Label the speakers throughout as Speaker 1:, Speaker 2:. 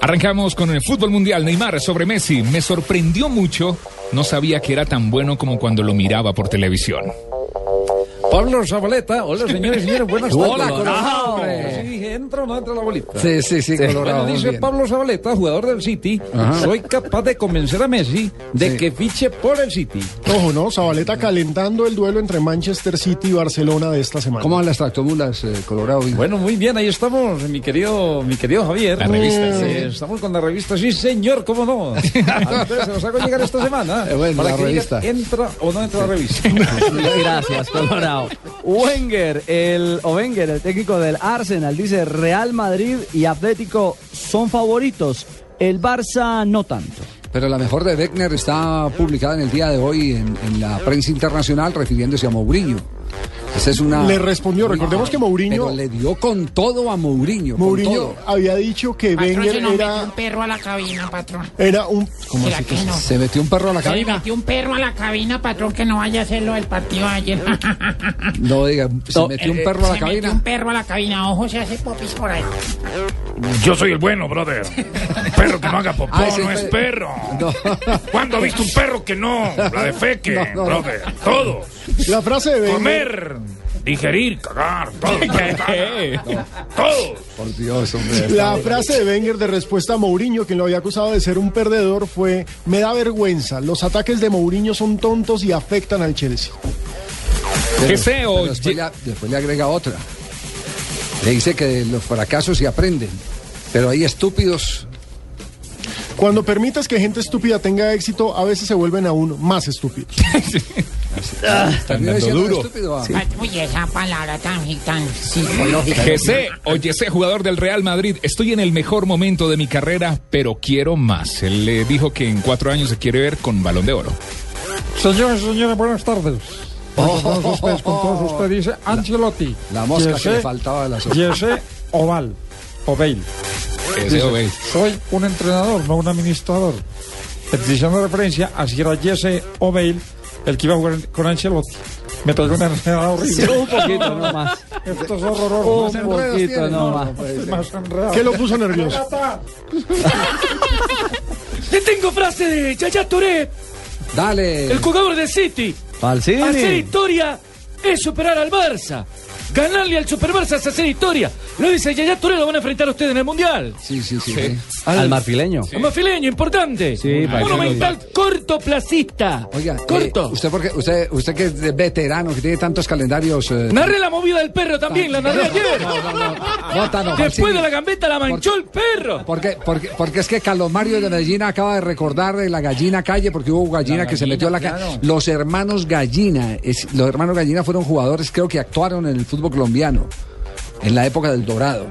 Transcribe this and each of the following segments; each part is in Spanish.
Speaker 1: Arrancamos con el fútbol mundial. Neymar sobre Messi. Me sorprendió mucho. No sabía que era tan bueno como cuando lo miraba por televisión.
Speaker 2: Pablo Zabaleta, hola señores y señores, buenas tardes.
Speaker 3: Hola, Colorado.
Speaker 2: Hombre, Sí, dije, entra o no entra la bolita.
Speaker 3: Sí, sí, sí, Colorado.
Speaker 2: Bueno,
Speaker 3: muy
Speaker 2: dice
Speaker 3: bien.
Speaker 2: Pablo Zabaleta, jugador del City,
Speaker 3: Ajá.
Speaker 2: soy capaz de convencer a Messi de
Speaker 3: Sí.
Speaker 2: que fiche por el City.
Speaker 4: Ojo, ¿no? Zabaleta calentando el duelo entre Manchester City y Barcelona de esta semana.
Speaker 3: ¿Cómo van las tractomulas, eh, Colorado?
Speaker 2: Bueno, muy bien, ahí estamos, mi querido, mi querido Javier.
Speaker 1: La revista,
Speaker 2: Sí, estamos con la revista, sí señor, cómo no. A ustedes se los hago llegar esta semana.
Speaker 3: Eh, bueno,
Speaker 2: para
Speaker 3: la
Speaker 2: que digan,
Speaker 3: revista.
Speaker 2: entra o no entra la revista.
Speaker 5: Gracias, Colorado. Wenger, el o Wenger, el técnico del Arsenal, dice Real Madrid y Atlético son favoritos. El Barça no tanto.
Speaker 3: Pero la mejor de Beckner está publicada en el día de hoy en, en la prensa internacional refiriéndose a Mourinho. Esa es una...
Speaker 4: Le respondió, recordemos que Mourinho-
Speaker 3: Pero le dio con todo a Mourinho. con
Speaker 4: Mourinho
Speaker 3: todo.
Speaker 4: había dicho que
Speaker 6: Patrón,
Speaker 4: Wenger
Speaker 6: se nos metió
Speaker 4: era,
Speaker 6: un perro a la cabina, patrón.
Speaker 4: era un... ¿Cómo
Speaker 6: ¿Será
Speaker 4: así que
Speaker 6: que no?
Speaker 3: Se metió un perro a la
Speaker 6: Se le
Speaker 3: cabina.
Speaker 6: metió un perro a la cabina, patrón, que no vaya a hacerlo del partido de ayer.
Speaker 3: No diga, se metió un perro a la
Speaker 6: eh, Se metió un
Speaker 3: cabina.
Speaker 6: perro a la cabina, ojo, se hace popis por ahí.
Speaker 7: Yo soy el bueno, brother. Perro que no haga popó
Speaker 3: Ah, ese
Speaker 7: no
Speaker 3: fue-
Speaker 7: es perro.
Speaker 3: No.
Speaker 7: ¿Cuándo ha visto un perro que no? La de feque,
Speaker 3: No, no, no.
Speaker 7: brother. Todo.
Speaker 4: La frase de Wenger...
Speaker 7: Comer, digerir, cagar, todo. Todo.
Speaker 3: Por Dios, hombre.
Speaker 4: La frase de Wenger de respuesta a Mourinho, quien lo había acusado de ser un perdedor, fue, me da vergüenza, los ataques de Mourinho son tontos y afectan al Chelsea.
Speaker 3: Pero-
Speaker 1: Deseo,
Speaker 3: pero después, le, después le agrega otra. Le dice que de los fracasos se aprenden. Pero hay estúpidos
Speaker 4: Cuando permitas que gente estúpida tenga éxito, a veces se vuelven aún más estúpidos.
Speaker 3: Terminó
Speaker 1: dando
Speaker 3: diciendo
Speaker 1: duro.
Speaker 3: estúpido. ah.
Speaker 6: Uy, esa palabra tan, tan psicológica.
Speaker 1: GC, oye, ese jugador del Real Madrid, estoy en el mejor momento de mi carrera, pero quiero más. Él le dijo que en cuatro años se quiere ver con balón de oro.
Speaker 2: Señores y señores, buenas tardes. Con todos ustedes, con todos ustedes, dice Ancelotti.
Speaker 3: La mosca que
Speaker 4: eh.
Speaker 3: le faltaba de la sopa.
Speaker 2: Jesse Oval, o Bale.
Speaker 1: Ese
Speaker 2: Dice,
Speaker 1: Obey.
Speaker 2: Soy un entrenador, no un administrador. Utilizando referencia a si era Jesse O'Bale, el que iba a jugar con Ancelotti. Me traigo una enredada horrible.
Speaker 5: Un poquito nomás.
Speaker 2: Esto es horroroso.
Speaker 5: Un poquito nomás.
Speaker 2: Más enredado.
Speaker 4: ¿Qué lo puso nervioso?
Speaker 8: Le tengo frase de Yaya Touré,
Speaker 3: Dale.
Speaker 8: el jugador de City. Hacer
Speaker 5: Falsini.
Speaker 8: historia es superar al Barça. Ganarle al Super Barça es hacer historia. Lo dice Yaya Touré, lo van a enfrentar ustedes en el Mundial.
Speaker 3: Sí, sí, sí. sí.
Speaker 5: Al marfileño.
Speaker 8: Es mafileño, importante.
Speaker 5: Sí, para
Speaker 8: Uno
Speaker 5: que lo
Speaker 8: mental cortoplacista.
Speaker 3: Oiga,
Speaker 8: Corto.
Speaker 3: eh, usted porque usted usted que es de veterano, que tiene tantos calendarios. eh,
Speaker 8: Narré la movida del perro también, la narré ayer.
Speaker 3: No, no, no. Bótalo, Falsini.
Speaker 8: Después de la gambeta la manchó el perro.
Speaker 3: Porque, porque, porque es que Calomario de Medellín acaba de recordar de la gallina calle, porque hubo gallina, que se metió a la calle. Los hermanos gallina, es- los hermanos gallina fueron jugadores, creo que actuaron en el fútbol colombiano, en la época del Dorado.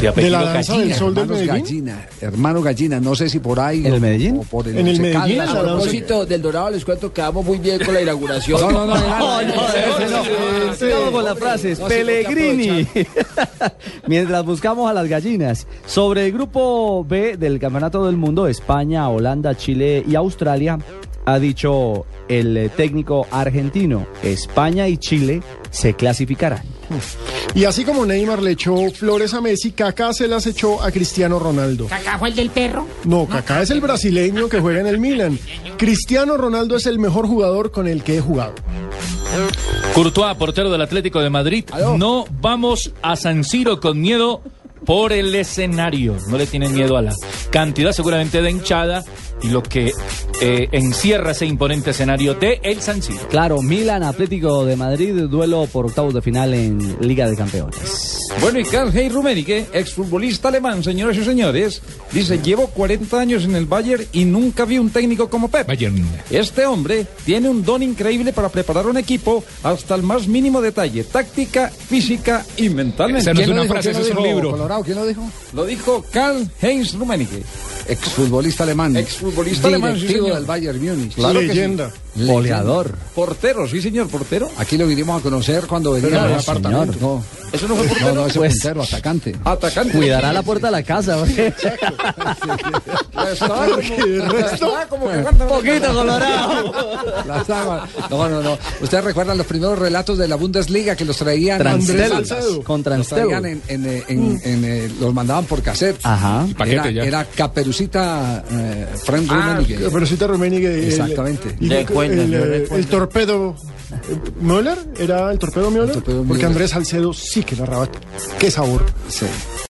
Speaker 4: De la danza del sol del
Speaker 3: hermanos
Speaker 4: Medellín.
Speaker 3: gallina, hermano gallina, no sé si por ahí.
Speaker 5: ¿En
Speaker 3: o-
Speaker 5: el Medellín?
Speaker 3: o por el,
Speaker 4: En el
Speaker 3: Once
Speaker 4: Medellín,
Speaker 3: Caldas,
Speaker 4: la
Speaker 3: o-
Speaker 4: danza-
Speaker 8: del Dorado les cuento que vamos muy bien con la inauguración.
Speaker 3: No, no, no, no, no,
Speaker 5: Vamos con las frases.
Speaker 3: No, sí,
Speaker 5: Pellegrini. Mientras buscamos a las gallinas. Sobre el grupo B del Campeonato del Mundo, España, Holanda, Chile y Australia, ha dicho el eh, técnico argentino, España y Chile se clasificarán.
Speaker 4: Y así como Neymar le echó flores a Messi, Kaká se las echó a Cristiano Ronaldo.
Speaker 6: ¿Cacá fue el del perro?
Speaker 4: No, Kaká es el brasileño que juega en el Milan. Cristiano Ronaldo es el mejor jugador con el que he jugado.
Speaker 7: Courtois, portero del Atlético de Madrid. No vamos a San Siro con miedo por el escenario. No le tienen miedo a la cantidad seguramente de hinchada y lo que eh, encierra ese imponente escenario de el San Siro.
Speaker 5: Claro, Milan Atlético de Madrid, duelo por octavos de final en Liga de Campeones.
Speaker 3: Bueno, y Karl Heinz Rummenigge, exfutbolista alemán, señoras y señores, dice, llevo 40 años en el Bayern y nunca vi un técnico como Pep.
Speaker 1: Bayern.
Speaker 3: Este hombre tiene un don increíble para preparar un equipo hasta el más mínimo detalle, táctica, física y mentalmente.
Speaker 1: Esa no es
Speaker 3: ¿Quién
Speaker 1: una
Speaker 3: lo dijo?
Speaker 1: frase,
Speaker 3: ¿Quién lo
Speaker 1: ese es un
Speaker 3: dijo?
Speaker 1: libro.
Speaker 2: Colorado, ¿quién lo dijo?
Speaker 3: Lo dijo Karl Heinz Rummenigge.
Speaker 2: Exfutbolista alemán.
Speaker 3: Exfutbolista alemán, sí,
Speaker 2: Directivo
Speaker 3: señor.
Speaker 2: del Bayern Múnich.
Speaker 3: Claro que sí.
Speaker 4: Leyenda.
Speaker 5: Goleador.
Speaker 3: Portero, sí señor, portero.
Speaker 2: Aquí lo iremos a conocer cuando venga
Speaker 3: no,
Speaker 2: al
Speaker 3: no,
Speaker 2: apartamento.
Speaker 5: señor.
Speaker 2: No,
Speaker 3: Eso no fue portero.
Speaker 2: no, no, ese
Speaker 5: Pues-
Speaker 2: puntero, atacante.
Speaker 3: Atacante.
Speaker 5: Cuidará la puerta de la casa. porque-
Speaker 3: Estaba como, estaba como que
Speaker 5: Poquito colorado.
Speaker 2: La estaba- No, no, no. Ustedes recuerdan los primeros relatos de la Bundesliga que los traían
Speaker 5: Transtel.
Speaker 2: Andrés Salsas.
Speaker 5: Con
Speaker 2: Los
Speaker 5: Transtel.
Speaker 2: traían en, en, eh,
Speaker 1: Mm.
Speaker 2: en- en, eh, los mandaban por cassette.
Speaker 5: Ajá.
Speaker 1: Y paquete
Speaker 2: era,
Speaker 1: ya.
Speaker 2: era Caperucita eh, Frank
Speaker 4: Ah,
Speaker 2: Rummenigge.
Speaker 4: Caperucita Rummenigge. el-
Speaker 2: Exactamente.
Speaker 4: y
Speaker 9: De
Speaker 4: el-
Speaker 9: cuenta,
Speaker 4: el,
Speaker 9: yo
Speaker 4: eh,
Speaker 9: recuerdo.
Speaker 4: el torpedo. eh, ¿Müller? ¿Era el torpedo Müller?
Speaker 2: torpedo
Speaker 4: Porque
Speaker 2: Müller.
Speaker 4: Andrés Salcedo sí que la arrebata. Qué sabor.
Speaker 2: Sí.